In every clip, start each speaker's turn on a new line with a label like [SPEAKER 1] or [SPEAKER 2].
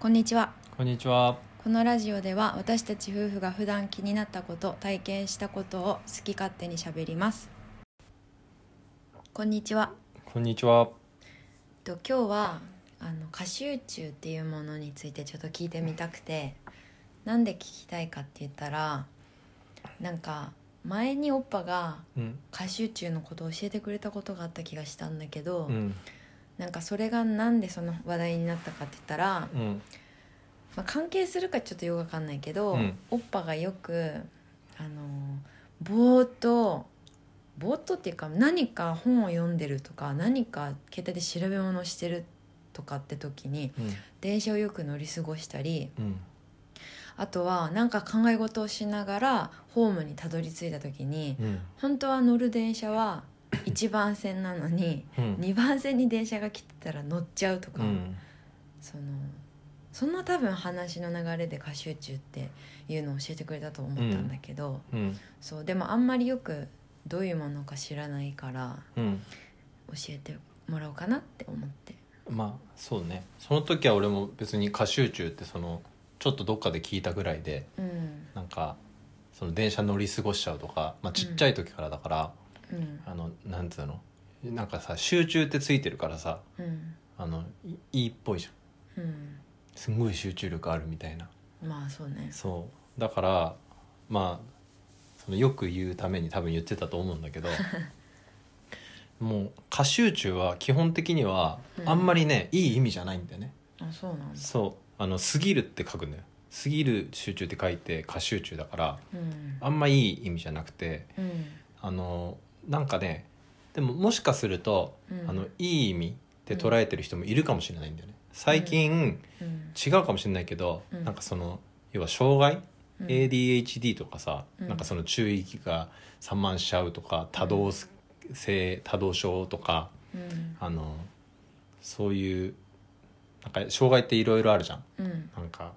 [SPEAKER 1] こんにちは
[SPEAKER 2] こんにちは。
[SPEAKER 1] このラジオでは私たち夫婦が普段気になったこと体験したことを好き勝手にしゃべりますこんにちは
[SPEAKER 2] こんにちは。
[SPEAKER 1] と今日はあの過集中っていうものについてちょっと聞いてみたくてなんで聞きたいかって言ったらなんか前にオッパが
[SPEAKER 2] うん。
[SPEAKER 1] 過集中のことを教えてくれたことがあった気がしたんだけど、
[SPEAKER 2] うん。
[SPEAKER 1] なんかそれがなんでその話題になったかって言ったら、
[SPEAKER 2] うん。
[SPEAKER 1] まあ、関係するかちょっとよくわかんないけど、
[SPEAKER 2] うん
[SPEAKER 1] オッパがよくあのぼーっとぼーっとっていうか何か本を読んでるとか何か携帯で調べ物をしてるとかって時に
[SPEAKER 2] うん。
[SPEAKER 1] 電車をよく乗り過ごしたり
[SPEAKER 2] うん。
[SPEAKER 1] あとはなんか考え事をしながらホームにたどり着いた時に
[SPEAKER 2] うん。
[SPEAKER 1] 本当は乗る電車は1番線なのに
[SPEAKER 2] うん。
[SPEAKER 1] 2番線に電車が来てたら乗っちゃうと
[SPEAKER 2] う
[SPEAKER 1] か。
[SPEAKER 2] ん。
[SPEAKER 1] そのそんな多分話の流れで過集中っていうのを教えてくれたと思ったんだけど、
[SPEAKER 2] うん。
[SPEAKER 1] そうでもあんまりよくどういうものか知らないから
[SPEAKER 2] うん。
[SPEAKER 1] 教えてもらおうかなって思って
[SPEAKER 2] まあ、そうね。その時は俺も別に過集中って、その。ちょっとどっかで聞いたぐらいで、
[SPEAKER 1] うん
[SPEAKER 2] なんか。その電車乗り過ごしちゃうとか、まあ、ちっちゃい時からだから、
[SPEAKER 1] うん
[SPEAKER 2] あの、なんつうの。なんかさ、集中ってついてるからさ、
[SPEAKER 1] うん
[SPEAKER 2] あの、いいいっぽいじゃん。
[SPEAKER 1] うん
[SPEAKER 2] すんごい集中力あるみたいな。
[SPEAKER 1] まあそうね
[SPEAKER 2] そうだからまあそのよく言うために多分言ってたと思うんだけ どもう過集中は基本的には
[SPEAKER 1] うん
[SPEAKER 2] あんまりね、いい意味じゃないんだよね
[SPEAKER 1] あそうなんだ
[SPEAKER 2] そうあの「過ぎる」って書くんだよ「過ぎる集中」って書いて過集中だから
[SPEAKER 1] うん
[SPEAKER 2] あんまいい意味じゃなくて
[SPEAKER 1] うん
[SPEAKER 2] あのなんかねでももしかすると、
[SPEAKER 1] うん
[SPEAKER 2] あのいい意味で捉えてる人もいるかもしれないんだよね最近、
[SPEAKER 1] うん
[SPEAKER 2] 違うかもしれないけど、
[SPEAKER 1] うん
[SPEAKER 2] なんかその要は障害
[SPEAKER 1] うん
[SPEAKER 2] ADHD とかさ、
[SPEAKER 1] うん
[SPEAKER 2] なんかその注意域が散漫しちゃうとか多動性多動症とか
[SPEAKER 1] うん
[SPEAKER 2] あのそういうなんか障害っていろいろあるじゃん
[SPEAKER 1] うん
[SPEAKER 2] なんか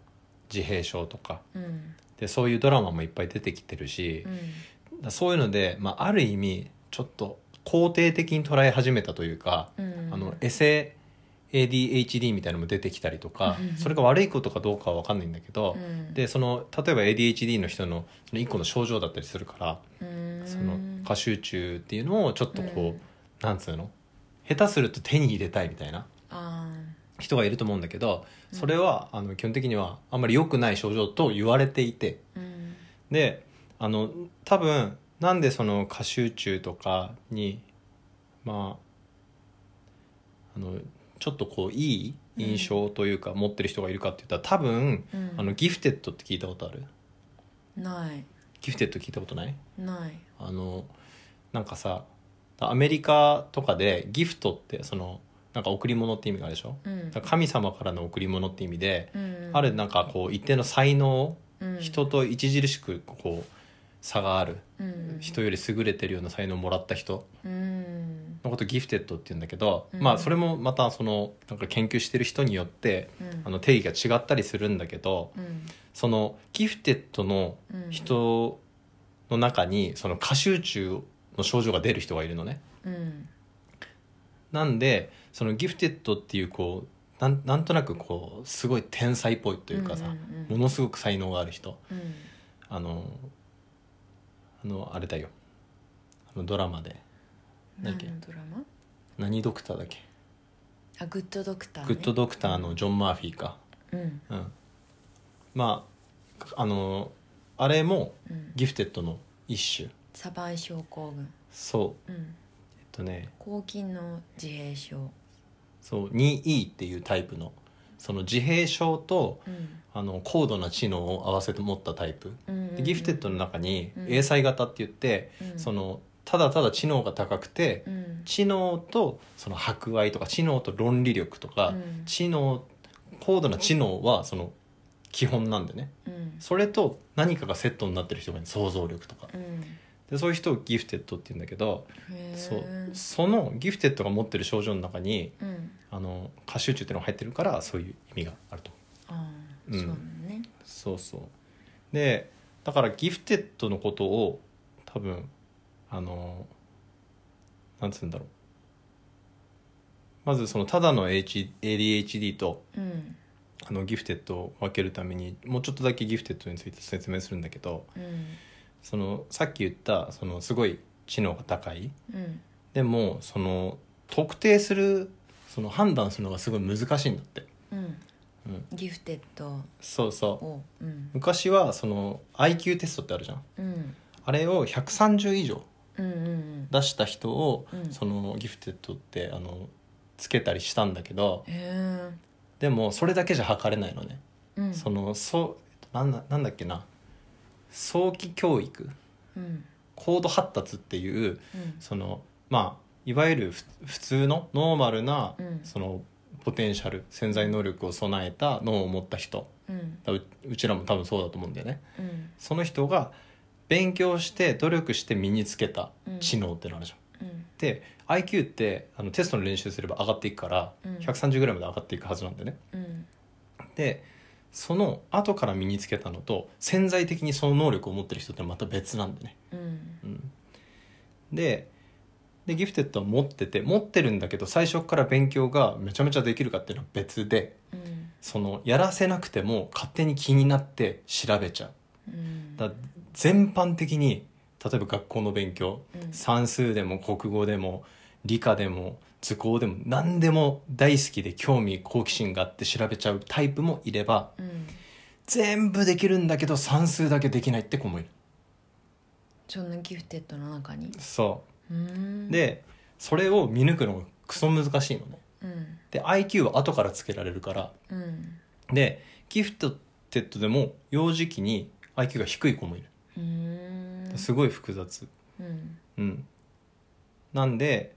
[SPEAKER 2] 自閉症とか
[SPEAKER 1] うん
[SPEAKER 2] でそういうドラマもいっぱい出てきてるし
[SPEAKER 1] う、ん
[SPEAKER 2] だそういうので、まあ、ある意味ちょっと肯定的に捉え始めたというか、
[SPEAKER 1] うん
[SPEAKER 2] あのエセ ADHD みたいなのも出てきたりとか
[SPEAKER 1] うん
[SPEAKER 2] それが悪いことかどうかは分かんないんだけど、
[SPEAKER 1] うん
[SPEAKER 2] でその例えば ADHD の人のその1個の症状だったりするから、
[SPEAKER 1] うん
[SPEAKER 2] その過集中っていうのをちょっとこう、
[SPEAKER 1] うん
[SPEAKER 2] なんつうの下手すると手に入れたいみたいな
[SPEAKER 1] あ
[SPEAKER 2] 人がいると思うんだけどそれは、あの基本的にはあんまり良くない症状と言われていて
[SPEAKER 1] ーうん
[SPEAKER 2] であの多分なんでその過集中とかにまああのちょっとこういい印象というか、持ってる人がいるかって言ったら多分、
[SPEAKER 1] うん
[SPEAKER 2] あのギフテッドって聞いたことある
[SPEAKER 1] ない
[SPEAKER 2] ギフテッド聞いたことない
[SPEAKER 1] ない
[SPEAKER 2] あのなんかさアメリカとかでギフトってそのなんか贈り物って意味があるでしょ、
[SPEAKER 1] うん
[SPEAKER 2] だから神様からの贈り物って意味で、
[SPEAKER 1] うん
[SPEAKER 2] あるなんかこう一定の才
[SPEAKER 1] う
[SPEAKER 2] 能、
[SPEAKER 1] ん
[SPEAKER 2] 人と著しくこう差がある、
[SPEAKER 1] うん
[SPEAKER 2] 人より優れてるような才能をもらった人
[SPEAKER 1] うん
[SPEAKER 2] のことをギフテッドって言うんだけど、
[SPEAKER 1] うん
[SPEAKER 2] まあそれもまたそのなんか研究してる人によって
[SPEAKER 1] うん
[SPEAKER 2] あの定義が違ったりするんだけど
[SPEAKER 1] うん
[SPEAKER 2] そのギフテッドの
[SPEAKER 1] うん
[SPEAKER 2] 人の中にその過集中の症状が出る人がいるのね
[SPEAKER 1] うん
[SPEAKER 2] なんでそのギフテッドっていうこうなんなんとなくこうすごい天才っぽいというかさ、
[SPEAKER 1] うんうんうん
[SPEAKER 2] ものすごく才能がある人
[SPEAKER 1] うん
[SPEAKER 2] あのあのあれだよあのドラマで何だっけ
[SPEAKER 1] 何のドラマ
[SPEAKER 2] 何ドクターだっけ、
[SPEAKER 1] あグッドドクターね
[SPEAKER 2] グッドドクターのジョン・マーフィーか
[SPEAKER 1] うん
[SPEAKER 2] うんまああのあれも
[SPEAKER 1] うん
[SPEAKER 2] ギフテッドの一種
[SPEAKER 1] サバン症候群
[SPEAKER 2] そう
[SPEAKER 1] うん
[SPEAKER 2] えっとね
[SPEAKER 1] 抗菌の自閉症
[SPEAKER 2] そう 2E っていうタイプのその自閉症と
[SPEAKER 1] うん
[SPEAKER 2] あの高度な知能を合わせて持ったタイプ
[SPEAKER 1] うん
[SPEAKER 2] でギフテッドの中に
[SPEAKER 1] うん
[SPEAKER 2] 英才型って言って、
[SPEAKER 1] うん
[SPEAKER 2] そのただただ知能が高くて、
[SPEAKER 1] うん
[SPEAKER 2] 知能とその博愛とか知能と論理力とか、
[SPEAKER 1] うん
[SPEAKER 2] 知能高度な知能はその基本なんでね
[SPEAKER 1] うん
[SPEAKER 2] それと何かがセットになってる人がいる想像力とか
[SPEAKER 1] うん
[SPEAKER 2] でそういう人をギフテッドって言うんだけど、
[SPEAKER 1] へー
[SPEAKER 2] そうそのギフテッドが持ってる症状の中に
[SPEAKER 1] うん
[SPEAKER 2] あの過集中っていうのが入ってるからそういう意味があると
[SPEAKER 1] あー
[SPEAKER 2] うん
[SPEAKER 1] そうだね
[SPEAKER 2] そうそうでだからギフテッドのことを多分あのなんつうんだろうまずそのただの H ADHD と
[SPEAKER 1] うん
[SPEAKER 2] あのギフテッドを分けるためにもうちょっとだけギフテッドについて説明するんだけど
[SPEAKER 1] うん
[SPEAKER 2] そのさっき言ったそのすごい知能が高い
[SPEAKER 1] うん
[SPEAKER 2] でもその特定するその判断するのがすごい難しいんだって、
[SPEAKER 1] うん
[SPEAKER 2] うん、
[SPEAKER 1] ギフテッド
[SPEAKER 2] そうそう
[SPEAKER 1] をうん
[SPEAKER 2] 昔はその IQ テストってあるじゃん
[SPEAKER 1] うん
[SPEAKER 2] あれを130以上
[SPEAKER 1] うんうん
[SPEAKER 2] 出した人を、
[SPEAKER 1] うん
[SPEAKER 2] そのギフテッドってあのつけたりしたんだけど
[SPEAKER 1] へえ
[SPEAKER 2] でもそれだけじゃ測れないのね、
[SPEAKER 1] うん
[SPEAKER 2] そのそうなんだなんだっけな早期教育
[SPEAKER 1] うん
[SPEAKER 2] 高度発達っていう
[SPEAKER 1] うん
[SPEAKER 2] そのまあいわゆるふ普通のノーマルな、
[SPEAKER 1] うん
[SPEAKER 2] そのポテンシャル潜在能力を備えた脳を持った人
[SPEAKER 1] うん
[SPEAKER 2] だううちらも多分そうだと思うんだよね
[SPEAKER 1] うん
[SPEAKER 2] その人が勉強して努力して身につけた
[SPEAKER 1] うん
[SPEAKER 2] 知能ってのあるじゃん、
[SPEAKER 1] うん
[SPEAKER 2] で IQ ってあのテストの練習すれば上がっていくから、
[SPEAKER 1] うん
[SPEAKER 2] 130g で上がっていくはずなんでね
[SPEAKER 1] うん
[SPEAKER 2] でその後から身につけたのと潜在的にその能力を持ってる人ってまた別なんでね
[SPEAKER 1] うん
[SPEAKER 2] うん、ででギフテッドは持ってて持ってるんだけど最初から勉強がめちゃめちゃできるかっていうのは別で
[SPEAKER 1] うん
[SPEAKER 2] そのやらせなくても勝手に気になって調べちゃ
[SPEAKER 1] う
[SPEAKER 2] う
[SPEAKER 1] ん
[SPEAKER 2] だ全般的に例えば学校の勉強
[SPEAKER 1] うん
[SPEAKER 2] 算数でも国語でも理科でも図工でも何でも大好きで興味好奇心があって調べちゃうタイプもいれば
[SPEAKER 1] うん
[SPEAKER 2] 全部できるんだけど算数だけできないって子もいる
[SPEAKER 1] そんなギフテッドの中に
[SPEAKER 2] そう
[SPEAKER 1] ーん
[SPEAKER 2] でそれを見抜くのがクソ難しいのね
[SPEAKER 1] うん
[SPEAKER 2] で IQ は後からつけられるから
[SPEAKER 1] うん
[SPEAKER 2] でギフトテッドでも幼児期に IQ が低い子もいる
[SPEAKER 1] うーん
[SPEAKER 2] すごい複雑
[SPEAKER 1] うん
[SPEAKER 2] うんなんで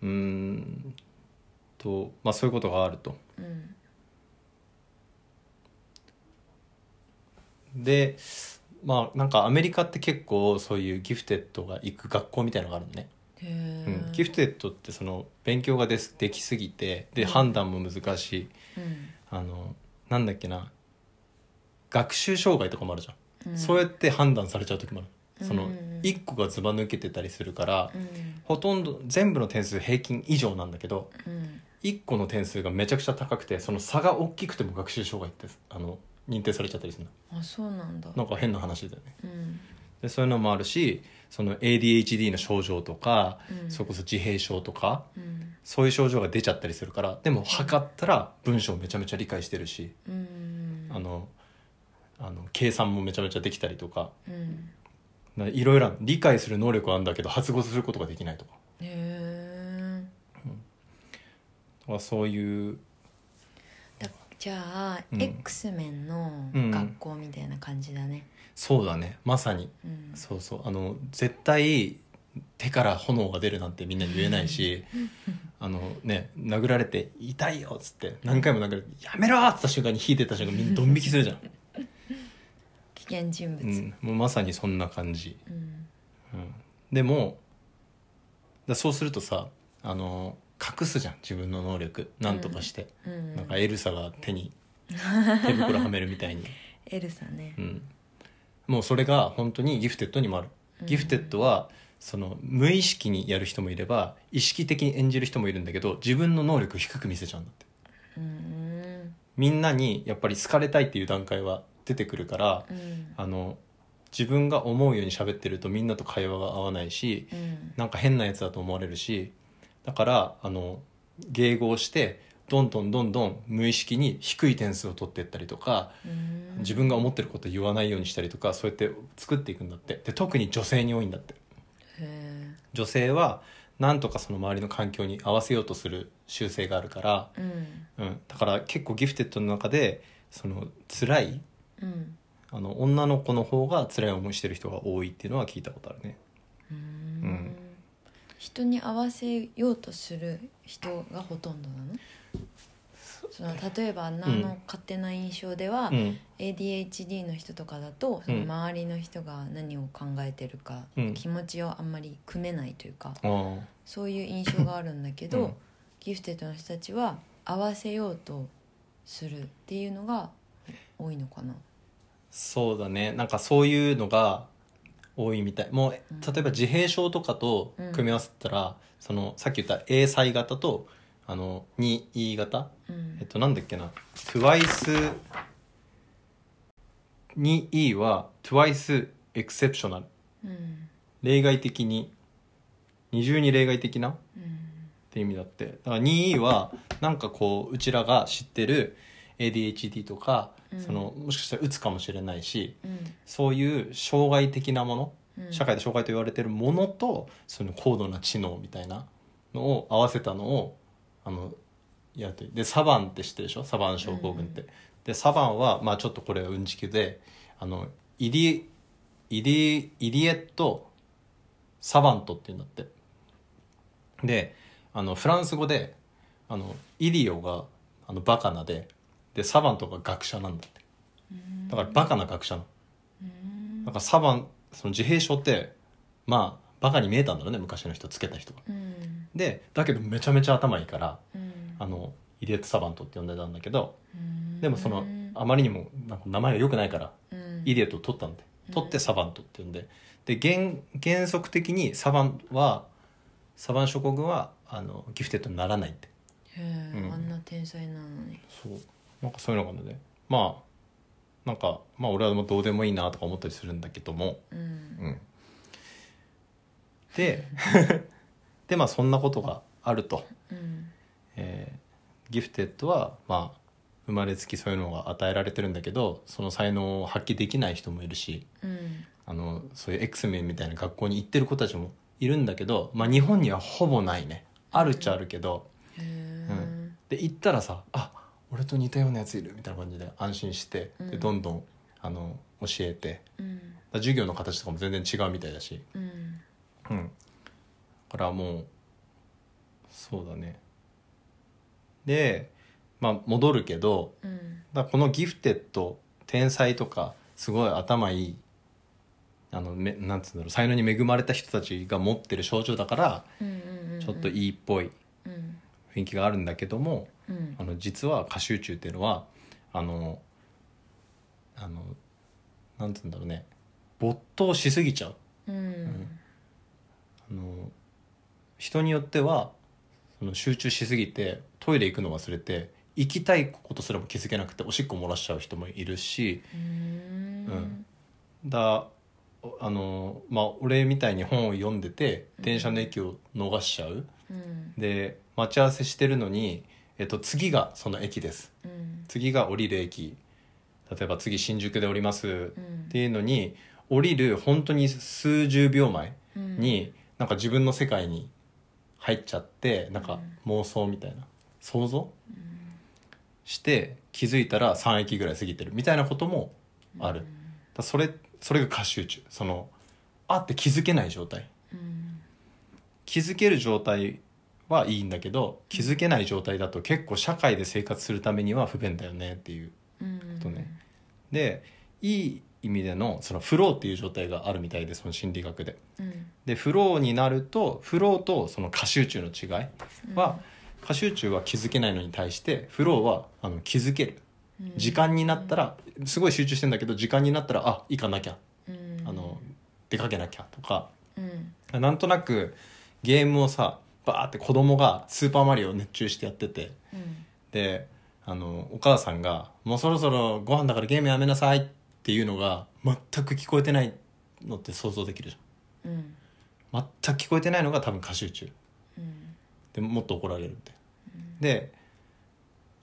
[SPEAKER 2] うーんとまあそういうことがあると
[SPEAKER 1] うん
[SPEAKER 2] でまあなんかアメリカって結構そういうギフテッドが行く学校みたいのがあるのね、
[SPEAKER 1] へ
[SPEAKER 2] う
[SPEAKER 1] え
[SPEAKER 2] んギフテッドってその勉強がですできすぎてで
[SPEAKER 1] うん
[SPEAKER 2] 判断も難しい
[SPEAKER 1] うん
[SPEAKER 2] あのなんだっけな学習障害とかもあるじゃん、
[SPEAKER 1] うん
[SPEAKER 2] そうやって判断されちゃう時もあるその
[SPEAKER 1] うんうんうん
[SPEAKER 2] 1個がずば抜けてたりするから、
[SPEAKER 1] うん
[SPEAKER 2] ほとんど全部の点数平均以上なんだけど
[SPEAKER 1] うん
[SPEAKER 2] 1個の点数がめちゃくちゃ高くてその差が大きくても学習障害ってあの認定されちゃったりするの
[SPEAKER 1] あそうなんだ
[SPEAKER 2] なんか変な話だよね
[SPEAKER 1] うん
[SPEAKER 2] でそういうのもあるしその ADHD の症状とか、
[SPEAKER 1] うん
[SPEAKER 2] それこそ自閉症とか
[SPEAKER 1] うん
[SPEAKER 2] そういう症状が出ちゃったりするからでも測ったら文章めちゃめちゃ理解してるし
[SPEAKER 1] うん
[SPEAKER 2] あのあの計算もめちゃめちゃできたりとか
[SPEAKER 1] うん
[SPEAKER 2] ないろいろある理解する能力はあるんだけど発語することができないとか
[SPEAKER 1] へえ
[SPEAKER 2] まあそういう
[SPEAKER 1] だじゃあ、
[SPEAKER 2] うん
[SPEAKER 1] X メンの
[SPEAKER 2] うん
[SPEAKER 1] 学校みたいな感じだね、
[SPEAKER 2] そうだねまさに
[SPEAKER 1] うん
[SPEAKER 2] そうそうあの絶対手から炎が出るなんてみんな言えないしあのね殴られて「痛いよ」っつって何回も殴られて「やめろ!」っつった瞬間に引いてった瞬間みんなドン引きするじゃん、
[SPEAKER 1] 危険人
[SPEAKER 2] う
[SPEAKER 1] 物、
[SPEAKER 2] ん、もうまさにそんな感じ
[SPEAKER 1] うん
[SPEAKER 2] うんでもだそうするとさあの隠すじゃん自分の能力なんとかして、
[SPEAKER 1] うん
[SPEAKER 2] なんかエルサが手 に手袋はめるみたいに、
[SPEAKER 1] エルサね
[SPEAKER 2] うん、もうそれが本当にギフテッドにもある、
[SPEAKER 1] うん
[SPEAKER 2] ギフテッドはその無意識にやる人もいれば意識的に演じる人もいるんだけど自分の能力を低く見せちゃうんだって
[SPEAKER 1] うん
[SPEAKER 2] みんなにやっぱり好かれたいっていう段階は出てくるから
[SPEAKER 1] うん
[SPEAKER 2] あの自分が思うように喋ってるとみんなと会話が合わないし
[SPEAKER 1] うん
[SPEAKER 2] なんか変なやつだと思われるしだからあの迎合してどんどんどんどん無意識に低い点数を取っていったりとか
[SPEAKER 1] うん
[SPEAKER 2] 自分が思ってることを言わないようにしたりとかそうやって作っていくんだってで特に女性に多いんだって
[SPEAKER 1] へえ
[SPEAKER 2] 女性はなんとかその周りの環境に合わせようとする習性があるから、
[SPEAKER 1] うん
[SPEAKER 2] うん、だから結構ギフテッドの中でその辛い
[SPEAKER 1] うん
[SPEAKER 2] あの女の子の方が辛い思いしてる人が多いっていうのは聞いたことあるね
[SPEAKER 1] うん
[SPEAKER 2] うん
[SPEAKER 1] 人に合わせようとする人がほとんどなのその例えば何の勝手な印象では、
[SPEAKER 2] うん、
[SPEAKER 1] ADHD の人とかだとその周りの人が何を考えてるか、
[SPEAKER 2] うん
[SPEAKER 1] 気持ちをあんまり組めないというか
[SPEAKER 2] あー
[SPEAKER 1] そういう印象があるんだけど、
[SPEAKER 2] うん
[SPEAKER 1] ギフテッドの人たちは合わせようとするっていうのが多いのかな。
[SPEAKER 2] そうだねなんかそういうのが多いみたいもう
[SPEAKER 1] うん
[SPEAKER 2] 例えば自閉症とかと組み合わせたら、そのさっき言った A 歳型とあのに言い方
[SPEAKER 1] うん
[SPEAKER 2] えっとなんだっけな TWICE に E は TWICE exceptional
[SPEAKER 1] うん
[SPEAKER 2] 例外的に二重に例外的なっ
[SPEAKER 1] うん
[SPEAKER 2] て意味だってだから 2E はなんかこううちらが知ってる ADHD とか、
[SPEAKER 1] うん
[SPEAKER 2] そのもしかしたらうつかもしれないし
[SPEAKER 1] うん
[SPEAKER 2] そういう障害的なもの
[SPEAKER 1] うん
[SPEAKER 2] 社会で障害と言われてるものとその高度な知能みたいなのを合わせたのをあのやるといいでサバンって知ってるでしょサバン症候群って、
[SPEAKER 1] うん
[SPEAKER 2] でサバンは、まあ、ちょっとこれはうんちくであのイリイリイリエット・サバントっていうんだってであのフランス語であのイリオがあのバカなででサバントが学者なんだって
[SPEAKER 1] うん
[SPEAKER 2] だからバカな学者なの
[SPEAKER 1] うん
[SPEAKER 2] なんかサバンその自閉症ってまあバカに見えたんだろうね昔の人つけた人が。
[SPEAKER 1] うん
[SPEAKER 2] でだけどめちゃめちゃ頭いいから
[SPEAKER 1] うん
[SPEAKER 2] あのイリエット・サバントって呼んでたんだけど
[SPEAKER 1] うん
[SPEAKER 2] でもその
[SPEAKER 1] うん
[SPEAKER 2] あまりにもなんか名前が良くないから
[SPEAKER 1] うん
[SPEAKER 2] イリエットを取ったんで
[SPEAKER 1] うん
[SPEAKER 2] 取ってサバントって呼んでで原原則的にサバンはサバン諸国はあのギフテッドにならないって
[SPEAKER 1] へえ
[SPEAKER 2] うん
[SPEAKER 1] あんな天才なのに
[SPEAKER 2] そうなんかそういうのがあるのでまあなんかまあ俺はもうどうでもいいなとか思ったりするんだけども
[SPEAKER 1] うん
[SPEAKER 2] で でまあそんなことがあると、
[SPEAKER 1] うん
[SPEAKER 2] えーギフテッドはまあ生まれつきそういうのが与えられてるんだけどその才能を発揮できない人もいるし
[SPEAKER 1] うん
[SPEAKER 2] あのそういう X メンみたいな学校に行ってる子たちもいるんだけど、まあ、日本にはほぼないねあるっちゃあるけど
[SPEAKER 1] へえ
[SPEAKER 2] うんで行ったらさあ俺と似たようなやついるみたいな感じで安心して
[SPEAKER 1] う
[SPEAKER 2] で
[SPEAKER 1] ん
[SPEAKER 2] どんどんあの教えてだか
[SPEAKER 1] うん
[SPEAKER 2] ら授業の形とかも全然違うみたいだし
[SPEAKER 1] うん
[SPEAKER 2] うん、だからもうそうだねでまあ戻るけど
[SPEAKER 1] うん
[SPEAKER 2] だからこのギフテッド天才とかすごい頭いいあのめなんつうんだろう才能に恵まれた人たちが持ってる症状だから
[SPEAKER 1] うんうんうん
[SPEAKER 2] ちょっといいっぽい
[SPEAKER 1] うん
[SPEAKER 2] 雰囲気があるんだけども
[SPEAKER 1] うん
[SPEAKER 2] あの実は過集中っていうのはあのあのなんつうんだろうね没頭しすぎちゃ
[SPEAKER 1] う
[SPEAKER 2] う
[SPEAKER 1] ん
[SPEAKER 2] あの人によってはその集中しすぎてトイレ行くの忘れて行きたいことすらも気づけなくておしっこ漏らしちゃう人もいるし
[SPEAKER 1] うん
[SPEAKER 2] うんだおあのまあ俺みたいに本を読んでて電車の駅を逃しちゃう
[SPEAKER 1] うん
[SPEAKER 2] で待ち合わせしてるのに、えっと、次がその駅です
[SPEAKER 1] うん
[SPEAKER 2] 次が降りる駅例えば次新宿で降ります
[SPEAKER 1] う
[SPEAKER 2] っ
[SPEAKER 1] ん
[SPEAKER 2] ていうのに降りる本当に数十秒前
[SPEAKER 1] うん
[SPEAKER 2] になんか自分の世界に入っちゃってなんか妄想みたいな想像
[SPEAKER 1] うん
[SPEAKER 2] して気づいたら3駅ぐらい過ぎてるみたいなこともあるだからそれそれが過集中そのあって気づけない状態
[SPEAKER 1] うん
[SPEAKER 2] 気づける状態はいいんだけど気づけない状態だと結構社会で生活するためには不便だよねっていう
[SPEAKER 1] うん
[SPEAKER 2] とねでいい意味でのそのフローっていう状態があるみたいでその心理学で
[SPEAKER 1] うん
[SPEAKER 2] でフローになるとフローとその過集中の違いは過集中は気づけないのに対してフローはあの気づける
[SPEAKER 1] うん
[SPEAKER 2] 時間になったらすごい集中してんだけど時間になったらあ行かなきゃ
[SPEAKER 1] うん
[SPEAKER 2] あの出かけなきゃとか
[SPEAKER 1] うん
[SPEAKER 2] なんとなくゲームをさバーって子供が「スーパーマリオ」を熱中してやってて
[SPEAKER 1] うん
[SPEAKER 2] であのお母さんが「もうそろそろご飯だからゲームやめなさい」っていうのが全く聞こえてないのって想像できるじ
[SPEAKER 1] うん
[SPEAKER 2] ゃん全く聞こえてないのが多分過集中
[SPEAKER 1] うん
[SPEAKER 2] でもっと怒られるって、で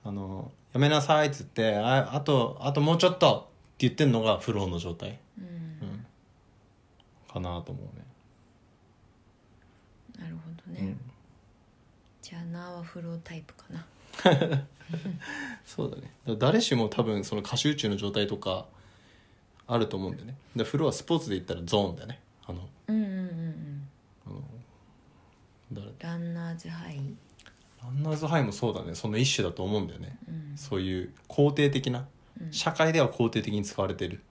[SPEAKER 2] あの「やめなさい」っつってあ「あとあともうちょっと」って言ってんのがフローの状態
[SPEAKER 1] うん
[SPEAKER 2] かなと思うね
[SPEAKER 1] なるほどね、
[SPEAKER 2] うん
[SPEAKER 1] じゃあなはフロータイプかな
[SPEAKER 2] そうだねだから誰しも多分その過集中の状態とかあると思うんだよねでフローはスポーツで言ったらゾーンだよねあの
[SPEAKER 1] うんうんうんうん
[SPEAKER 2] 誰だ
[SPEAKER 1] ランナーズハイ
[SPEAKER 2] ランナーズハイもそうだねその一種だと思うんだよね
[SPEAKER 1] うん
[SPEAKER 2] そういう肯定的な
[SPEAKER 1] うん
[SPEAKER 2] 社会では肯定的に使われてる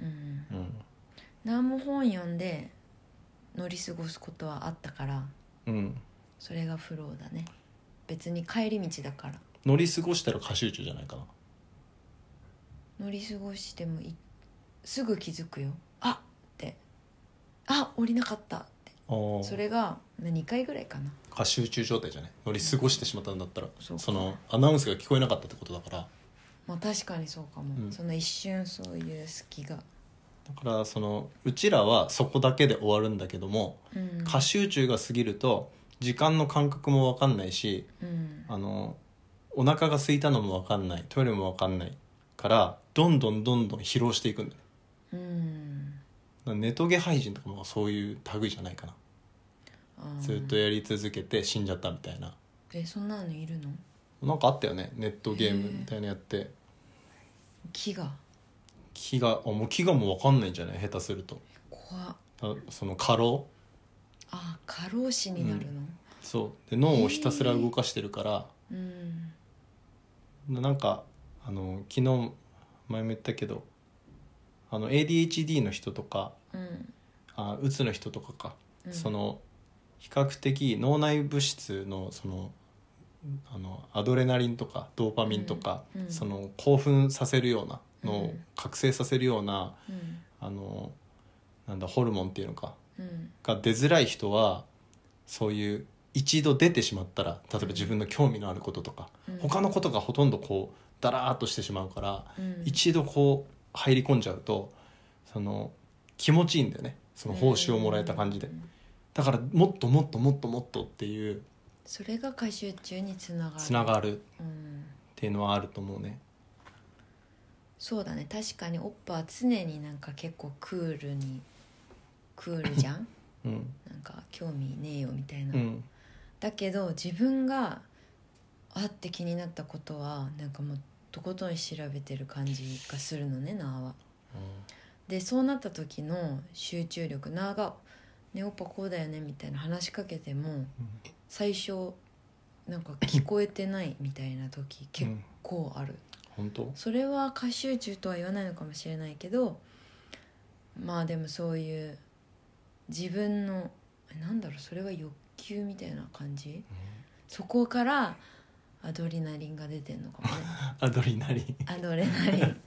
[SPEAKER 1] うん
[SPEAKER 2] うん、
[SPEAKER 1] 何も本読んで乗り過ごすことはあったから
[SPEAKER 2] うん、
[SPEAKER 1] それがフローだね別に帰り道だから
[SPEAKER 2] 乗り過ごしたら過集中じゃないかな
[SPEAKER 1] 乗り過ごしてもいすぐ気づくよあっってあ降りなかったって
[SPEAKER 2] ああ
[SPEAKER 1] それが2回ぐらいかな
[SPEAKER 2] 過集中状態じゃない乗り過ごしてしまったんだったら
[SPEAKER 1] そうか
[SPEAKER 2] そのアナウンスが聞こえなかったってことだから
[SPEAKER 1] まあ確かにそうかも、
[SPEAKER 2] うん
[SPEAKER 1] その一瞬そういう隙が、
[SPEAKER 2] だからそのうちらはそこだけで終わるんだけども
[SPEAKER 1] うん、
[SPEAKER 2] 過集中が過ぎると時間の感覚も分かんないし
[SPEAKER 1] うん
[SPEAKER 2] あのお腹が空いたのも分かんないトイレも分かんないからどんどんどんどん疲労していくんだよね
[SPEAKER 1] うん
[SPEAKER 2] だからネトゲ廃人とかもそういう類じゃないかな
[SPEAKER 1] あー
[SPEAKER 2] ずっとやり続けて死んじゃったみたいな
[SPEAKER 1] えそんなのいるの
[SPEAKER 2] なんかあったよねネットゲームみたいなやって
[SPEAKER 1] 木が
[SPEAKER 2] 気があもう気がもう分かんないんじゃない下手すると
[SPEAKER 1] 怖っ
[SPEAKER 2] あその過労
[SPEAKER 1] あ過労死になるの
[SPEAKER 2] そうで脳をひたすら動かしてるから、
[SPEAKER 1] うん、
[SPEAKER 2] なんかあの昨日前も言ったけどあの ADHD の人とか
[SPEAKER 1] うん
[SPEAKER 2] あうつの人とかか、
[SPEAKER 1] うん、
[SPEAKER 2] その比較的脳内物質のそのあのアドレナリンとかドーパミンとか、
[SPEAKER 1] うんうん
[SPEAKER 2] その興奮させるようなの
[SPEAKER 1] う
[SPEAKER 2] を
[SPEAKER 1] ん
[SPEAKER 2] 覚醒させるような、
[SPEAKER 1] うん
[SPEAKER 2] あのなんだホルモンっていうのか
[SPEAKER 1] うん
[SPEAKER 2] が出づらい人はそういう一度出てしまったら例えば自分の興味のあることとか、
[SPEAKER 1] うん
[SPEAKER 2] 他のことがほとんどこうだらーっとしてしまうから、
[SPEAKER 1] うん、
[SPEAKER 2] 一度こう入り込んじゃうとその気持ちいいんだよねその報酬をもらえた感じで、
[SPEAKER 1] うん
[SPEAKER 2] だからもっともっともっともっとっていう
[SPEAKER 1] それが過集中につながる
[SPEAKER 2] つながるっ
[SPEAKER 1] うん、
[SPEAKER 2] ていうのはあると思うね
[SPEAKER 1] そうだね確かにオッパは常になんか結構クールにクールじゃん
[SPEAKER 2] うん
[SPEAKER 1] なんか興味ねえよみたいな、
[SPEAKER 2] うん
[SPEAKER 1] だけど自分があって気になったことはなんかもうとことん調べてる感じがするのねなあは。でそうなった時の集中力なあが「ねオッパこうだよね」みたいな話しかけても最初なんか聞こえてないみたいな時
[SPEAKER 2] う
[SPEAKER 1] 結
[SPEAKER 2] ん
[SPEAKER 1] 構ある。
[SPEAKER 2] 本当
[SPEAKER 1] それは過集中とは言わないのかもしれないけどまあでもそういう自分のえなんだろうそれは欲求みたいな感じ、そこからアドレナリンが出てんの かもね
[SPEAKER 2] アドリナリン
[SPEAKER 1] アドレナリン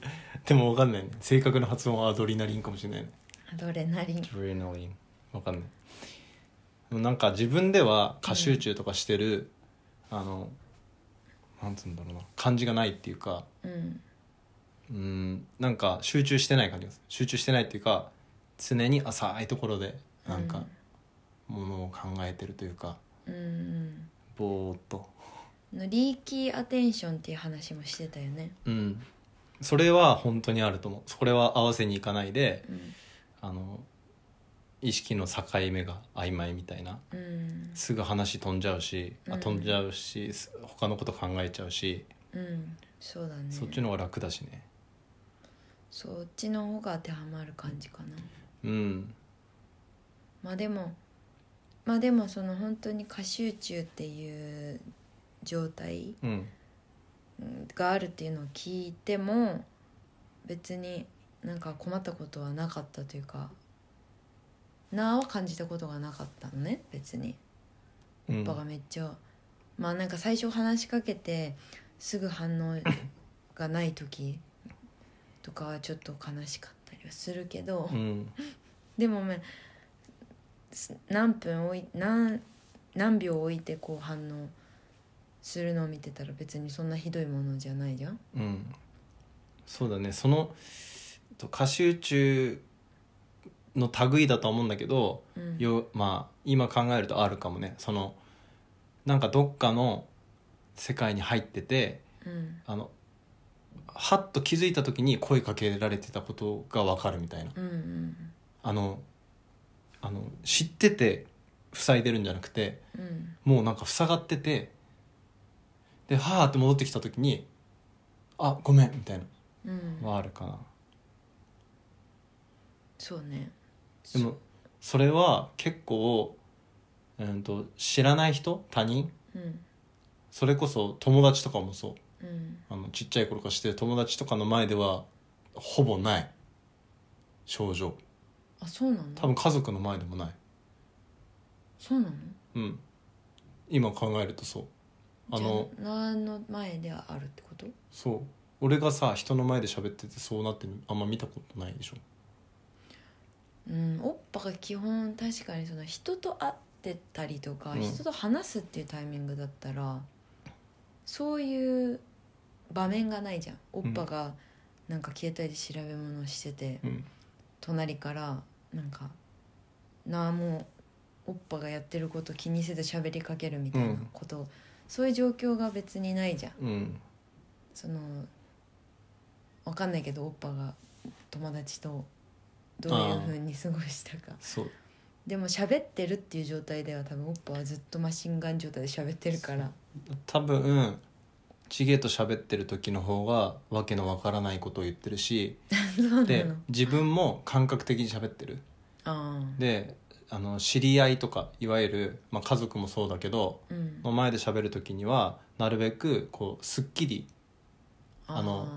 [SPEAKER 2] でも分かんないね正確な発音はアドリナリンかもしれないね
[SPEAKER 1] アドレナリン
[SPEAKER 2] アドレナリンわかんないでもなんか自分では過集中とかしてる、あのなんつうんだろうな感じがないっていうか
[SPEAKER 1] うん
[SPEAKER 2] うんなんか集中してない感じがする集中してないっていうか常に浅いところでなんかものを考えてるというか、
[SPEAKER 1] うんうん
[SPEAKER 2] ぼーっと
[SPEAKER 1] のリーキーアテンションっていう話もしてたよね
[SPEAKER 2] うんそれは本当にあると思うそれは合わせにいかないで
[SPEAKER 1] うん
[SPEAKER 2] あの意識の境目が曖昧みたいな
[SPEAKER 1] うん
[SPEAKER 2] すぐ話飛んじゃうし、
[SPEAKER 1] う
[SPEAKER 2] あ
[SPEAKER 1] ん
[SPEAKER 2] 飛んじゃうしす他のこと考えちゃうし、
[SPEAKER 1] うんそうだね
[SPEAKER 2] そっちの方が楽だしね
[SPEAKER 1] そっちの方が当てはまる感じかな
[SPEAKER 2] うん
[SPEAKER 1] まあでもまあでもその本当に過集中っていう状態
[SPEAKER 2] うん
[SPEAKER 1] うんがあるっていうのを聞いても別になんか困ったことはなかったというかなあは感じたことがなかったのね別に。
[SPEAKER 2] うん
[SPEAKER 1] パパがめっちゃまあなんか最初話しかけてすぐ反応がない時とかはちょっと悲しかったりはするけど。
[SPEAKER 2] うん
[SPEAKER 1] でもまあす何分おい何何秒置いてこう反応するのを見てたら別にそんなひどいものじゃないじゃん。
[SPEAKER 2] うんそうだねそのと過集中の類だとは思うんだけど、
[SPEAKER 1] うん、
[SPEAKER 2] よまあ今考えるとあるかもねそのなんかどっかの世界に入ってて
[SPEAKER 1] うん
[SPEAKER 2] あのはっと気づいた時に声かけられてたことが分かるみたいな
[SPEAKER 1] うんうん
[SPEAKER 2] あのあの知ってて塞いでるんじゃなくて
[SPEAKER 1] うん
[SPEAKER 2] もうなんか塞がっててではーって戻ってきた時に「あごめん」みたいな
[SPEAKER 1] うん、
[SPEAKER 2] はあるかな
[SPEAKER 1] そうね
[SPEAKER 2] でもそれは結構、うん、と知らない人他人
[SPEAKER 1] うん
[SPEAKER 2] それこそ友達とかもそ
[SPEAKER 1] う
[SPEAKER 2] う
[SPEAKER 1] ん
[SPEAKER 2] あのちっちゃい頃からしてる友達とかの前ではほぼない症状
[SPEAKER 1] あそうな
[SPEAKER 2] 多
[SPEAKER 1] の
[SPEAKER 2] 分家族の前でもない
[SPEAKER 1] そうなの
[SPEAKER 2] うん今考えるとそうあの
[SPEAKER 1] じゃ何の前ではあるってこと
[SPEAKER 2] そう俺がさ人の前で喋っててそうなってるのあんま見たことないでしょ
[SPEAKER 1] うんおっぱが基本確かにその人とあってたりとか、
[SPEAKER 2] うん
[SPEAKER 1] 人と話すっていうタイミングだったらそういう場面がないじゃんオッパがなんか携帯で調べ物をしてて、
[SPEAKER 2] うん
[SPEAKER 1] 隣からなんか「なあもうオッパがやってること気にせず喋りかける」みたいなこと、そういう状況が別にないじゃん。
[SPEAKER 2] うん
[SPEAKER 1] そのわかんないけどオッパが友達とどういうふうに過ごしたか
[SPEAKER 2] そう
[SPEAKER 1] でも喋ってるっていう状態では多分オッパはずっとマシンガン状態で喋ってるから
[SPEAKER 2] 多分チゲと喋ってる時の方がわけのわからないことを言ってるし
[SPEAKER 1] そうなの
[SPEAKER 2] で自分も感覚的に喋ってる
[SPEAKER 1] ああ
[SPEAKER 2] であの知り合いとかいわゆる、まあ、家族もそうだけど
[SPEAKER 1] うん
[SPEAKER 2] の前で喋る時にはなるべくこうすっきりあの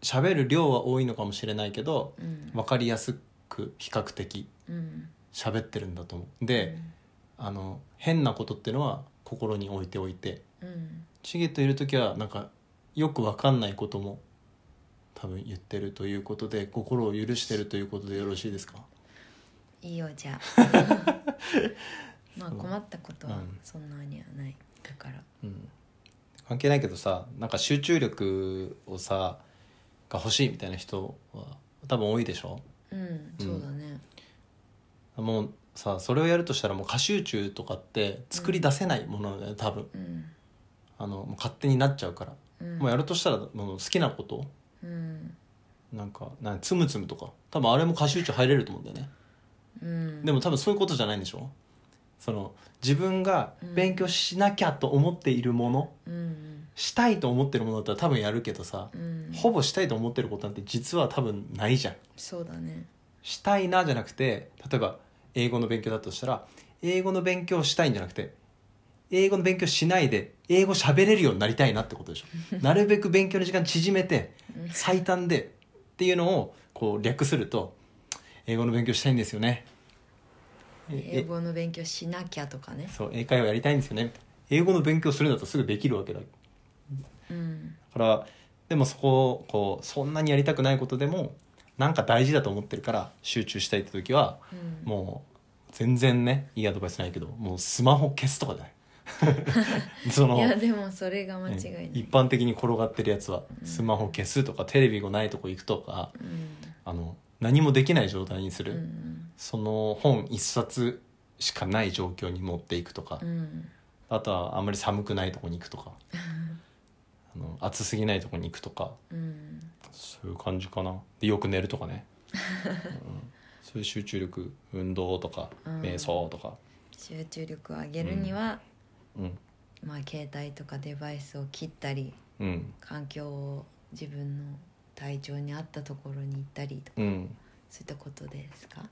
[SPEAKER 2] 喋る量は多いのかもしれないけど
[SPEAKER 1] ーうん
[SPEAKER 2] 分かりやすく比較的
[SPEAKER 1] うん
[SPEAKER 2] 喋ってるんだと思うで、あの変なことってのは心に置いておいて
[SPEAKER 1] うん
[SPEAKER 2] チゲといる時はなんかよく分かんないことも多分言ってるということで心を許してるということでよろしいですか
[SPEAKER 1] いいよじゃ あまあ困ったこと
[SPEAKER 2] う
[SPEAKER 1] は
[SPEAKER 2] ん
[SPEAKER 1] そんなにはないだから
[SPEAKER 2] うん、関係ないけどさなんか集中力をさが欲しいみたいな人は多分多いでしょ
[SPEAKER 1] うんそうだね
[SPEAKER 2] もうさそれをやるとしたらもう過集中とかって作り出せないものなんだよね多分
[SPEAKER 1] うん
[SPEAKER 2] あのもう勝手になっちゃうから、
[SPEAKER 1] うん
[SPEAKER 2] もうやるとしたらもう好きなこと
[SPEAKER 1] うん
[SPEAKER 2] なんかなんかつむつむとか多分あれも過集中入れると思うんだよね、
[SPEAKER 1] うん
[SPEAKER 2] でも多分そういうことじゃないんでしょその自分が勉強しなきゃと思っているもの、
[SPEAKER 1] うん
[SPEAKER 2] したいと思ってるものだったら多分やるけどさ、
[SPEAKER 1] うん
[SPEAKER 2] ほぼしたいと思ってることなんて実は多分ないじゃん
[SPEAKER 1] そうだね
[SPEAKER 2] したいなじゃなくて例えば英語の勉強だとしたら英語の勉強をしたいんじゃなくて英語の勉強しないで英語喋れるようになりたいなってことでし ょなるべく勉強の時間縮めて最短でっていうのをこう略すると英語の勉強したいんですよねえ
[SPEAKER 1] 英語の勉強しなきゃとかね
[SPEAKER 2] えそう英会話やりたいんですよね英語の勉強するんだとすぐできるわけだか
[SPEAKER 1] うん
[SPEAKER 2] らでもそこをこうそんなにやりたくないことでもなんか大事だと思ってるから集中したいって時は
[SPEAKER 1] うん
[SPEAKER 2] もう全然ねいいアドバイスないけどもうスマホ消すとかじゃな いその
[SPEAKER 1] いやでもそれが間違いない
[SPEAKER 2] 一般的に転がってるやつはスマホ消すとかテレビがないとこ行くとか
[SPEAKER 1] うん
[SPEAKER 2] あの何もできない状態にす
[SPEAKER 1] う
[SPEAKER 2] る、
[SPEAKER 1] ん
[SPEAKER 2] その本一冊しかない状況に持っていくとか、
[SPEAKER 1] うん
[SPEAKER 2] あとはあんまり寒くないとこに行くとか あの暑すぎないとこに行くとか
[SPEAKER 1] うん
[SPEAKER 2] そういう感じかなでよく寝るとかね、うんそういう集中力運動とか
[SPEAKER 1] うん
[SPEAKER 2] 瞑想とか、
[SPEAKER 1] 集中力を上げるには、
[SPEAKER 2] うん
[SPEAKER 1] まあ携帯とかデバイスを切ったり
[SPEAKER 2] うん
[SPEAKER 1] 環境を自分の体調に合ったところに行ったりとか
[SPEAKER 2] うん、
[SPEAKER 1] そういったことですか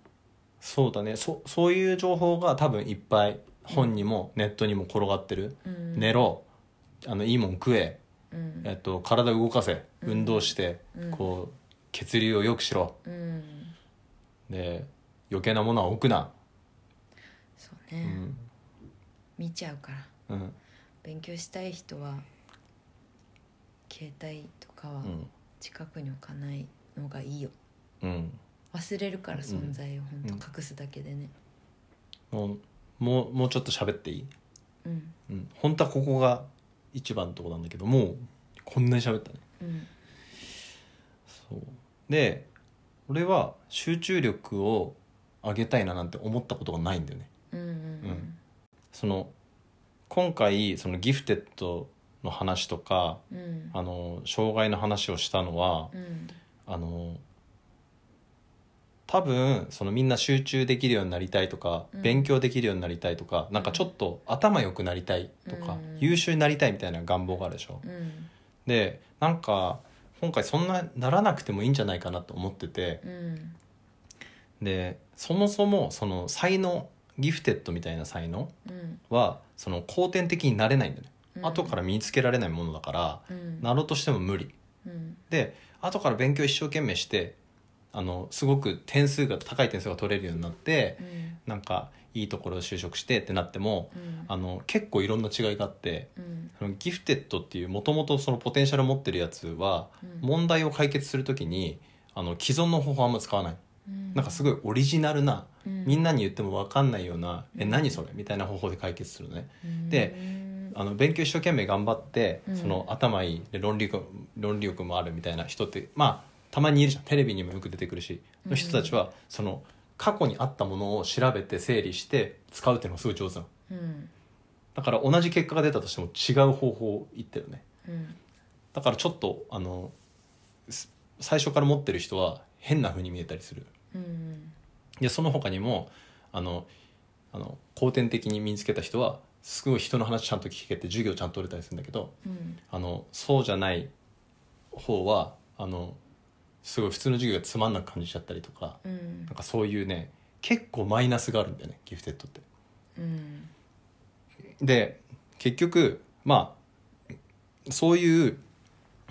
[SPEAKER 2] そうだねそそういう情報が多分いっぱい本にもネットにも転がってる、
[SPEAKER 1] うん
[SPEAKER 2] 寝ろあのいいもん食え、
[SPEAKER 1] うん
[SPEAKER 2] えっと、体動かせ
[SPEAKER 1] うん
[SPEAKER 2] 運動して、
[SPEAKER 1] うん
[SPEAKER 2] こう血流を良くしろ
[SPEAKER 1] うん
[SPEAKER 2] で余計なものは置くな、
[SPEAKER 1] そう
[SPEAKER 2] う
[SPEAKER 1] ね、
[SPEAKER 2] ん
[SPEAKER 1] 見ちゃうから
[SPEAKER 2] うん
[SPEAKER 1] 勉強したい人は携帯とかは
[SPEAKER 2] うん
[SPEAKER 1] 近くに置かないのがいいよ
[SPEAKER 2] うん、
[SPEAKER 1] 忘れるから存在を
[SPEAKER 2] ん
[SPEAKER 1] 本当隠すだけでね
[SPEAKER 2] もうもうもうちょっと喋っていい、
[SPEAKER 1] うん
[SPEAKER 2] うん、本当はここが一番のとこなんだけどもうこんなに喋ったね
[SPEAKER 1] うん
[SPEAKER 2] そうで俺は集中力を上げたいななんて思ったことがないんだよね
[SPEAKER 1] うんうん
[SPEAKER 2] その今回そのギフテッドの話とか
[SPEAKER 1] うんうん
[SPEAKER 2] あの障害の話をしたのは
[SPEAKER 1] うん
[SPEAKER 2] あの多分そのみんな集中できるようになりたいとか、
[SPEAKER 1] うん
[SPEAKER 2] 勉強できるようになりたいとかなんかちょっと頭良くなりたいとか、
[SPEAKER 1] うん
[SPEAKER 2] 優秀になりたいみたいな願望があるでしょ。
[SPEAKER 1] うん
[SPEAKER 2] でなんか今回そんなならなくてもいいんじゃないかなと思ってて
[SPEAKER 1] うん
[SPEAKER 2] でそもそもその才能ギフテッドみたいな才能
[SPEAKER 1] うん
[SPEAKER 2] はその後天的になれないんだよね、
[SPEAKER 1] うん
[SPEAKER 2] 後から身につけられないものだから
[SPEAKER 1] うん
[SPEAKER 2] なろうとしても無理
[SPEAKER 1] うん
[SPEAKER 2] で後から勉強一生懸命してあのすごく点数が高い点数が取れるようになって
[SPEAKER 1] うん
[SPEAKER 2] なんかいいところを就職してってなっても
[SPEAKER 1] うん
[SPEAKER 2] あの結構いろんな違いがあって
[SPEAKER 1] うん
[SPEAKER 2] そのギフテッドっていうもともとそのポテンシャルを持ってるやつは
[SPEAKER 1] うん
[SPEAKER 2] 問題を解決するときにあの既存の方法はあんま使わない
[SPEAKER 1] うん
[SPEAKER 2] なんかすごいオリジナルな
[SPEAKER 1] うん
[SPEAKER 2] みんなに言っても分かんないような「え何それ?」みたいな方法で解決するのね。で
[SPEAKER 1] うん
[SPEAKER 2] あの勉強一生懸命頑張って、
[SPEAKER 1] うん
[SPEAKER 2] その頭いいで論理力論理力もあるみたいな人ってまあたまにいるじゃんテレビにもよく出てくるし、
[SPEAKER 1] うん
[SPEAKER 2] の人たちはその過去にあったものを調べて整理して使うっていうのがすごい上手なの
[SPEAKER 1] うん
[SPEAKER 2] だから同じ結果が出たとしても違う方法を言ってるね
[SPEAKER 1] うん
[SPEAKER 2] だからちょっとあのす最初から持ってる人は変な風に見えたりする
[SPEAKER 1] うん
[SPEAKER 2] でその他にもあのあの後天的に身につけた人はすごい人の話ちゃんと聞けて授業ちゃんと取れたりするんだけど
[SPEAKER 1] うん
[SPEAKER 2] あのそうじゃない方はあのすごい普通の授業がつまんなく感じちゃったりとか
[SPEAKER 1] うん
[SPEAKER 2] なんかそういうね結構マイナスがあるんだよねギフテッドって。
[SPEAKER 1] うん
[SPEAKER 2] で結局まあそういう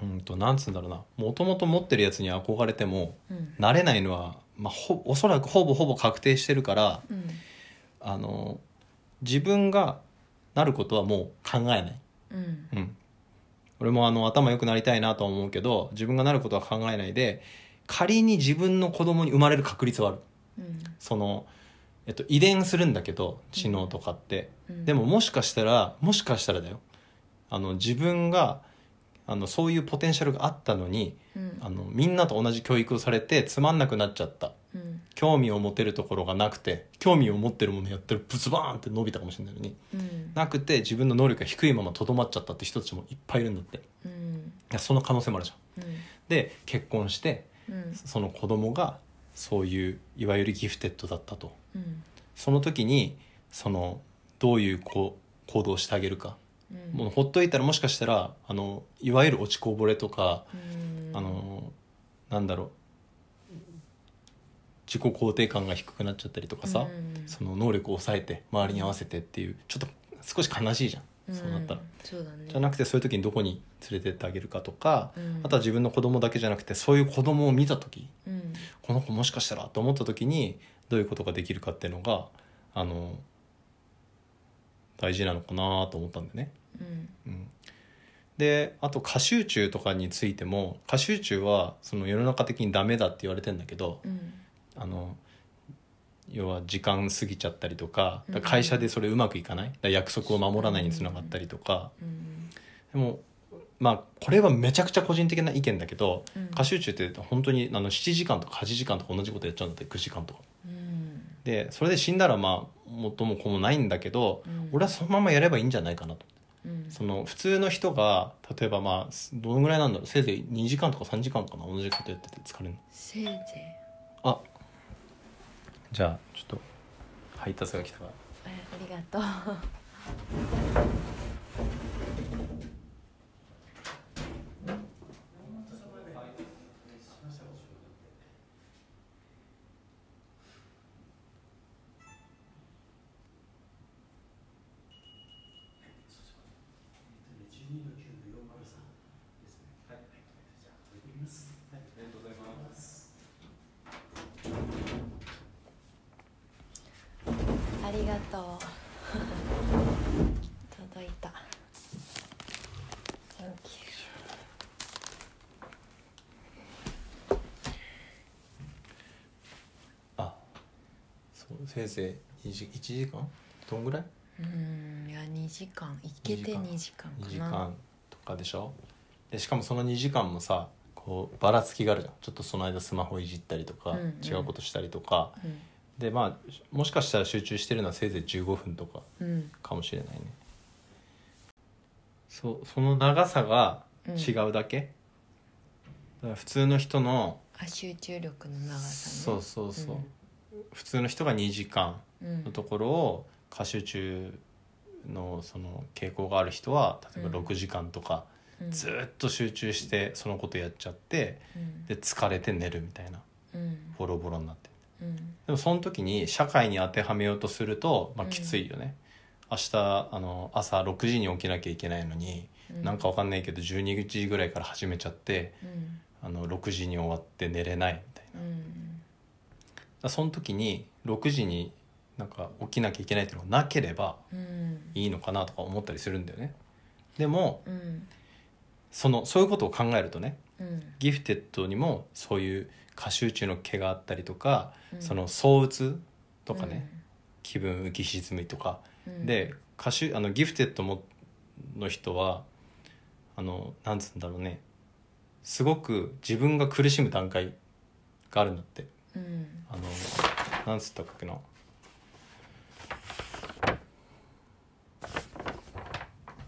[SPEAKER 2] うんとなんつうんだろうなもともと持ってるやつに憧れても
[SPEAKER 1] うん
[SPEAKER 2] 慣れないのは、まあ、ほおそらくほぼほぼ確定してるから
[SPEAKER 1] うん
[SPEAKER 2] あの自分がなることはもう考えない。
[SPEAKER 1] うん
[SPEAKER 2] うん、俺もあの頭良くなりたいなとは思うけど自分がなることは考えないで仮に自分の子供に生まれる確率はある
[SPEAKER 1] うん
[SPEAKER 2] その、えっと、遺伝するんだけど知能とかって、
[SPEAKER 1] うん
[SPEAKER 2] でももしかしたらもしかしたらだよあの自分があのそういうポテンシャルがあったのに
[SPEAKER 1] うん
[SPEAKER 2] あのみんなと同じ教育をされてつまんなくなっちゃった
[SPEAKER 1] うん
[SPEAKER 2] 興味を持てるところがなくて興味を持ってるものやってるブツバーンって伸びたかもしれないのに
[SPEAKER 1] うん
[SPEAKER 2] なくて自分の能力が低いままとどまっちゃったって人たちもいっぱいいるんだってい
[SPEAKER 1] うん
[SPEAKER 2] やその可能性もあるじゃん
[SPEAKER 1] うん
[SPEAKER 2] で結婚して
[SPEAKER 1] うん
[SPEAKER 2] その子供がそういういわゆるギフテッドだったと
[SPEAKER 1] うん
[SPEAKER 2] その時にそのどういうこう行動をしてあげるか、
[SPEAKER 1] うん
[SPEAKER 2] もうほっといたらもしかしたらあのいわゆる落ちこぼれとか、
[SPEAKER 1] うん
[SPEAKER 2] あのなんだろう自己肯定感が低くなっちゃったりとかさ、
[SPEAKER 1] うん
[SPEAKER 2] その能力を抑えて周りに合わせてっていうちょっと少し悲しいじゃん、そうなったら
[SPEAKER 1] ん。そうだね
[SPEAKER 2] じゃなくてそういう時にどこに連れてってあげるかとか、
[SPEAKER 1] うん
[SPEAKER 2] あとは自分の子供だけじゃなくてそういう子供を見た時
[SPEAKER 1] うん
[SPEAKER 2] この子もしかしたらと思った時にどういうことができるかっていうのがあの大事なのかなと思ったんだよね。
[SPEAKER 1] うん
[SPEAKER 2] うん、であと過集中とかについても過集中はその世の中的にダメだって言われてんだけど
[SPEAKER 1] うん
[SPEAKER 2] あの要は時間過ぎちゃったりとか
[SPEAKER 1] うん
[SPEAKER 2] だから会社でそれうまくいかないだから約束を守らないにつながったりとか、
[SPEAKER 1] うん
[SPEAKER 2] でもまあこれはめちゃくちゃ個人的な意見だけど
[SPEAKER 1] うん
[SPEAKER 2] 過集中って本当にあの7時間とか8時間とか同じことやっちゃうんだって9時間とか。
[SPEAKER 1] うん
[SPEAKER 2] でそれで死んだらまあ元も子もないんだけど、
[SPEAKER 1] うん
[SPEAKER 2] 俺はそのままやればいいんじゃないかなと
[SPEAKER 1] うん
[SPEAKER 2] その普通の人が例えばまあすどのぐらいなんだろうせいぜい2時間とか3時間かな同じことやってて疲れるの
[SPEAKER 1] せいぜい
[SPEAKER 2] あじゃあちょっと配達が来たから
[SPEAKER 1] あありがとうありがとう届いた Thank you
[SPEAKER 2] あそうせいぜい2時1時間どんぐらい
[SPEAKER 1] うんいや2時間いけて2時間かな
[SPEAKER 2] ?2 時間とかでしょでしかもその2時間もさこうばらつきがあるじゃんちょっとその間スマホいじったりとか、
[SPEAKER 1] うんうん
[SPEAKER 2] 違うことしたりとかでまあもしかしたら集中してるのはせいぜい15分とか
[SPEAKER 1] うんうん
[SPEAKER 2] かもしれないねそうその長さが違うだけ、だから普通の人の
[SPEAKER 1] あ集中力の長さね
[SPEAKER 2] そうそうそう、普通の人が2時間
[SPEAKER 1] うん
[SPEAKER 2] のところを過集中のその傾向がある人は例えば
[SPEAKER 1] うん
[SPEAKER 2] 6時間とか
[SPEAKER 1] うん
[SPEAKER 2] ずーっと集中してそのことやっちゃって
[SPEAKER 1] うん
[SPEAKER 2] で疲れて寝るみたいな
[SPEAKER 1] うん
[SPEAKER 2] ボロボロになって
[SPEAKER 1] うん
[SPEAKER 2] でもその時に社会に当てはめようとすると、まあ、
[SPEAKER 1] うん
[SPEAKER 2] きついよね、明日あの朝6時に起きなきゃいけないのに、
[SPEAKER 1] うん
[SPEAKER 2] なんかわかんないけど12時ぐらいから始めちゃって
[SPEAKER 1] うん
[SPEAKER 2] あの6時に終わって寝れないみたいなだか
[SPEAKER 1] うん
[SPEAKER 2] らその時に6時になんか起きなきゃいけないっていうのがなければ
[SPEAKER 1] うん
[SPEAKER 2] いいのかなとか思ったりするんだよねでも
[SPEAKER 1] うん
[SPEAKER 2] そのそういうことを考えるとね
[SPEAKER 1] うん
[SPEAKER 2] ギフテッドにもそういう過集中の毛があったりとか、
[SPEAKER 1] うん
[SPEAKER 2] その躁鬱とかね、気分浮き沈みとか、
[SPEAKER 1] うん、うん
[SPEAKER 2] で歌手あのギフテッドもの人はあのなんつうんだろうねすごく自分が苦しむ段階があるんだって
[SPEAKER 1] うん
[SPEAKER 2] あのなんつったっけな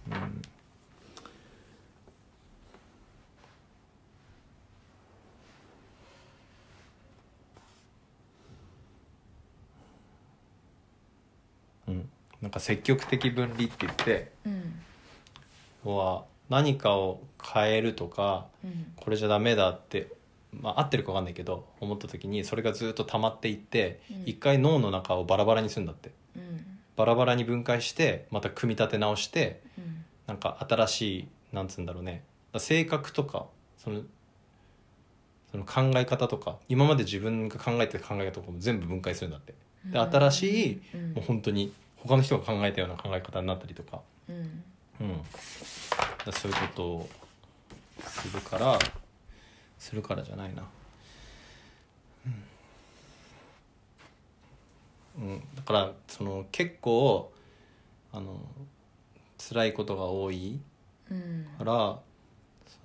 [SPEAKER 2] うんうんなんか積極的分離って言って
[SPEAKER 1] うん
[SPEAKER 2] 要は何かを変えるとか
[SPEAKER 1] うん
[SPEAKER 2] これじゃダメだって、まあ、合ってるか分かんないけど思った時にそれがずっと溜まっていって
[SPEAKER 1] うん
[SPEAKER 2] 一、回脳の中をバラバラにするんだって
[SPEAKER 1] うん
[SPEAKER 2] バラバラに分解してまた組み立て直して
[SPEAKER 1] うん
[SPEAKER 2] なんか新しいなんつうんだろうね性格とかそのその考え方とか今まで自分が考えてた考え方とかも全部分解するんだってで新しい、
[SPEAKER 1] うん
[SPEAKER 2] もう本当に他の人が考えたような考え方になったりとか
[SPEAKER 1] うん
[SPEAKER 2] うん、だからそういうことをするからするからじゃないな、うんうん、だからその結構あの辛いことが多い
[SPEAKER 1] うん
[SPEAKER 2] から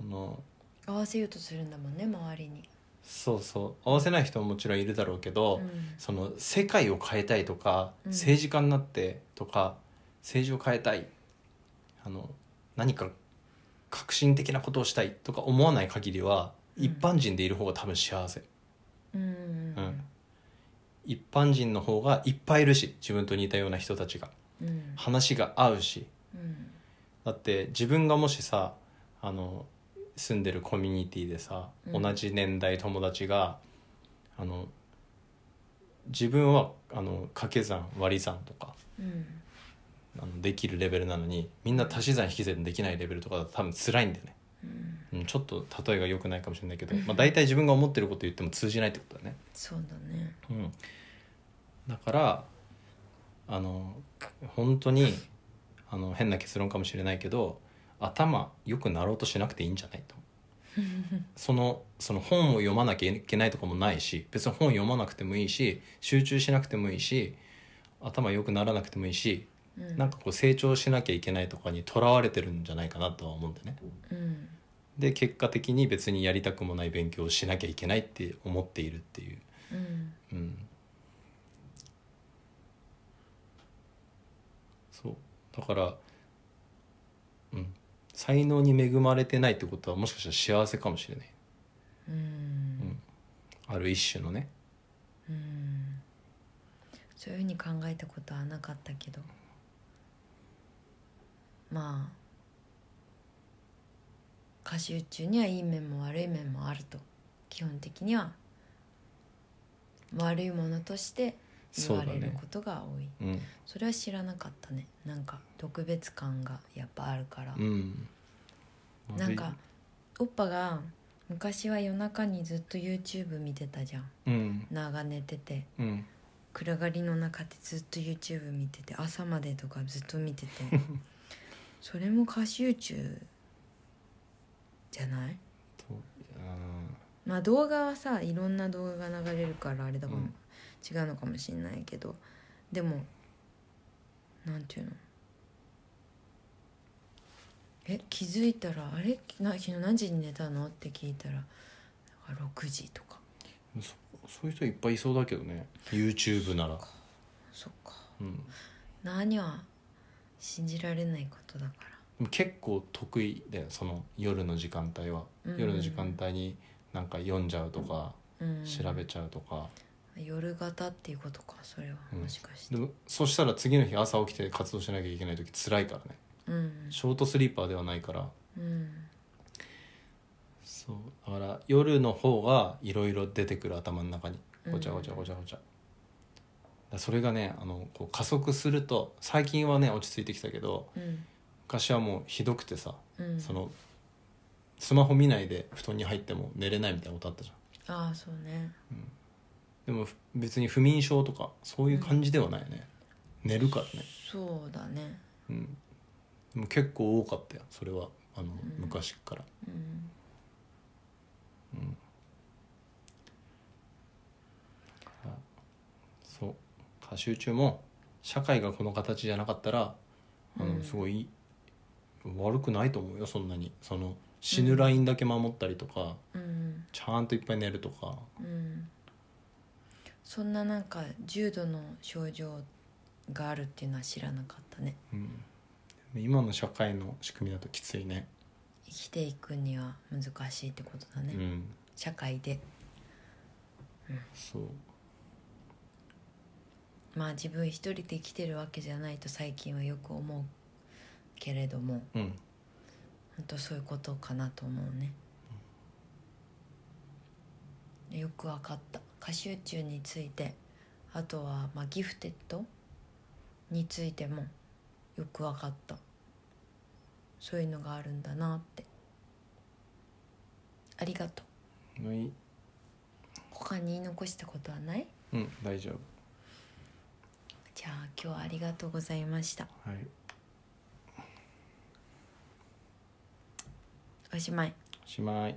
[SPEAKER 2] その
[SPEAKER 1] 合わせようとするんだもんね周りに、
[SPEAKER 2] そうそう合わせない人ももちろんいるだろうけど、
[SPEAKER 1] うん
[SPEAKER 2] その世界を変えたいとか、
[SPEAKER 1] うん
[SPEAKER 2] 政治家になってとか政治を変えたいあの何か革新的なことをしたいとか思わない限りは
[SPEAKER 1] うん
[SPEAKER 2] 一般人でいる方が多分幸せ、
[SPEAKER 1] うん
[SPEAKER 2] うん一般人の方がいっぱいいるし自分と似たような人たちが
[SPEAKER 1] うん
[SPEAKER 2] 話が合うし
[SPEAKER 1] うん
[SPEAKER 2] だって自分がもしさあの住んでるコミュニティでさ、
[SPEAKER 1] うん
[SPEAKER 2] 同じ年代友達があの自分はあの掛け算割り算とか
[SPEAKER 1] うん
[SPEAKER 2] あのできるレベルなのにみんな足し算引き算できないレベルとかだと多分辛いんだよね、
[SPEAKER 1] うん
[SPEAKER 2] うん、ちょっと例えが良くないかもしれないけど、まあ、大体自分が思ってること言っても通じないってことだね、
[SPEAKER 1] そうだね
[SPEAKER 2] うん、だからあの本当にあの変な結論かもしれないけど頭良くなろうとしなくていいんじゃないとそのその本を読まなきゃいけないとかもないし別に本読まなくてもいいし集中しなくてもいいし頭良くならなくてもいいし
[SPEAKER 1] うん
[SPEAKER 2] なんかこう成長しなきゃいけないとかにとらわれてるんじゃないかなとは思うんだよね。
[SPEAKER 1] うん
[SPEAKER 2] で結果的に別にやりたくもない勉強をしなきゃいけないって思っているっていう。
[SPEAKER 1] うん
[SPEAKER 2] うん、そうだから、うん、才能に恵まれてないってことはもしかしたら幸せかもしれない
[SPEAKER 1] うん
[SPEAKER 2] ある一種のね
[SPEAKER 1] うんそういうふうに考えたことはなかったけどまあ歌集中にはいい面も悪い面もあると基本的には悪いものとして言
[SPEAKER 2] そう
[SPEAKER 1] わ
[SPEAKER 2] だ
[SPEAKER 1] れる
[SPEAKER 2] ね、
[SPEAKER 1] ことが多い
[SPEAKER 2] うん
[SPEAKER 1] そ,、れは知らなかったねなんか特別感がやっぱあるから、
[SPEAKER 2] うん、
[SPEAKER 1] なんかおっぱが昔は夜中にずっと YouTube 見てたじゃん
[SPEAKER 2] うん
[SPEAKER 1] 長寝てて
[SPEAKER 2] うん
[SPEAKER 1] 暗がりの中でずっと YouTube 見てて朝までとかずっと見ててそれも過集中じゃない
[SPEAKER 2] とうん
[SPEAKER 1] まあ動画はさいろんな動画が流れるからあれだかも、
[SPEAKER 2] うん
[SPEAKER 1] 違うのかもしれないけどでもなんていうのえ気づいたら「あれな昨日何時に寝たの?」って聞いたら「なんか6時」とか
[SPEAKER 2] そそういう人いっぱいいそうだけどね YouTube なら、
[SPEAKER 1] そっか
[SPEAKER 2] うん、
[SPEAKER 1] 何は信じられないことだから。
[SPEAKER 2] でも結構得意だよその夜の時間帯は、
[SPEAKER 1] うん
[SPEAKER 2] 夜の時間帯になんか読んじゃうとか、
[SPEAKER 1] うん
[SPEAKER 2] 調べちゃうとか、
[SPEAKER 1] 夜型っていうことかそれは
[SPEAKER 2] うん
[SPEAKER 1] もしかして
[SPEAKER 2] でもそしたら次の日朝起きて活動しなきゃいけない時辛いからね
[SPEAKER 1] うん
[SPEAKER 2] ショートスリーパーではないから
[SPEAKER 1] うん
[SPEAKER 2] そうだから夜の方がいろいろ出てくる頭の中にごちゃごちゃごちゃごちゃ、だからそれがねあのこう加速すると最近はね落ち着いてきたけど
[SPEAKER 1] うん
[SPEAKER 2] 昔はもうひどくてさ、
[SPEAKER 1] うん
[SPEAKER 2] そのスマホ見ないで布団に入っても寝れないみたいなことあったじゃん
[SPEAKER 1] ああそうね
[SPEAKER 2] でもふ別に不眠症とかそういう感じではないよね、寝るからね
[SPEAKER 1] そうだね
[SPEAKER 2] うんでも結構多かったよそれはあの、
[SPEAKER 1] ん
[SPEAKER 2] 昔から
[SPEAKER 1] うん
[SPEAKER 2] そう歌歌集中も社会がこの形じゃなかったらあの、
[SPEAKER 1] うん
[SPEAKER 2] すごい悪くないと思うよそんなにその死ぬラインだけ守ったりとか、
[SPEAKER 1] うん
[SPEAKER 2] ちゃんといっぱい寝るとか
[SPEAKER 1] うんそんななんか重度の症状があるっていうのは知らなかったね
[SPEAKER 2] うん、今の社会の仕組みだときついね
[SPEAKER 1] 生きていくには難しいってことだね、
[SPEAKER 2] うん、
[SPEAKER 1] 社会で
[SPEAKER 2] そう
[SPEAKER 1] まあ自分一人で生きてるわけじゃないと最近はよく思うけれども
[SPEAKER 2] うん
[SPEAKER 1] 本当そういうことかなと思うね、よくわかった歌集中についてあとは、まあ、ギフテッドについてもよくわかったそういうのがあるんだなってありがとう
[SPEAKER 2] まあいい
[SPEAKER 1] 他に言い残したことはない
[SPEAKER 2] うん大丈
[SPEAKER 1] じゃあ今日はありがとうございました
[SPEAKER 2] 夫はい
[SPEAKER 1] おしまい
[SPEAKER 2] おしまい